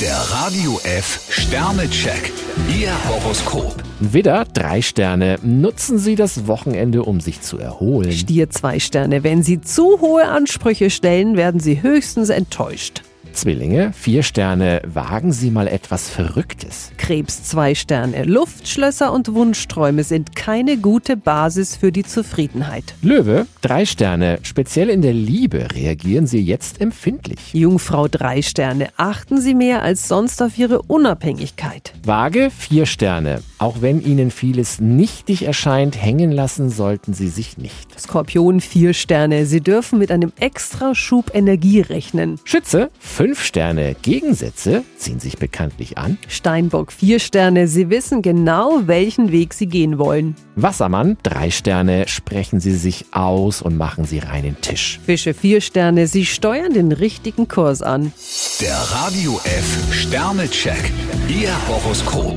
Der Radio F Sternecheck. Ihr Horoskop. Widder, drei Sterne. Nutzen Sie das Wochenende, um sich zu erholen. Stier zwei Sterne. Wenn Sie zu hohe Ansprüche stellen, werden Sie höchstens enttäuscht. Zwillinge, vier Sterne. Wagen Sie mal etwas Verrücktes. Krebs zwei Sterne. Luftschlösser und Wunschträume sind keine gute Basis für die Zufriedenheit. Löwe, drei Sterne. Speziell in der Liebe reagieren Sie jetzt empfindlich. Jungfrau drei Sterne. Achten Sie mehr als sonst auf Ihre Unabhängigkeit. Waage, vier Sterne. Auch wenn Ihnen vieles nichtig erscheint, hängen lassen sollten Sie sich nicht. Skorpion vier Sterne. Sie dürfen mit einem extra Schub Energie rechnen. Schütze, fünf Sterne. Gegensätze ziehen sich bekanntlich an. Steinbock vier Sterne. Sie wissen genau, welchen Weg Sie gehen wollen. Wassermann, drei Sterne. Sprechen Sie sich aus und machen Sie reinen Tisch. Fische vier Sterne. Sie steuern den richtigen Kurs an. Der Radio F Sternecheck. Ihr Horoskop.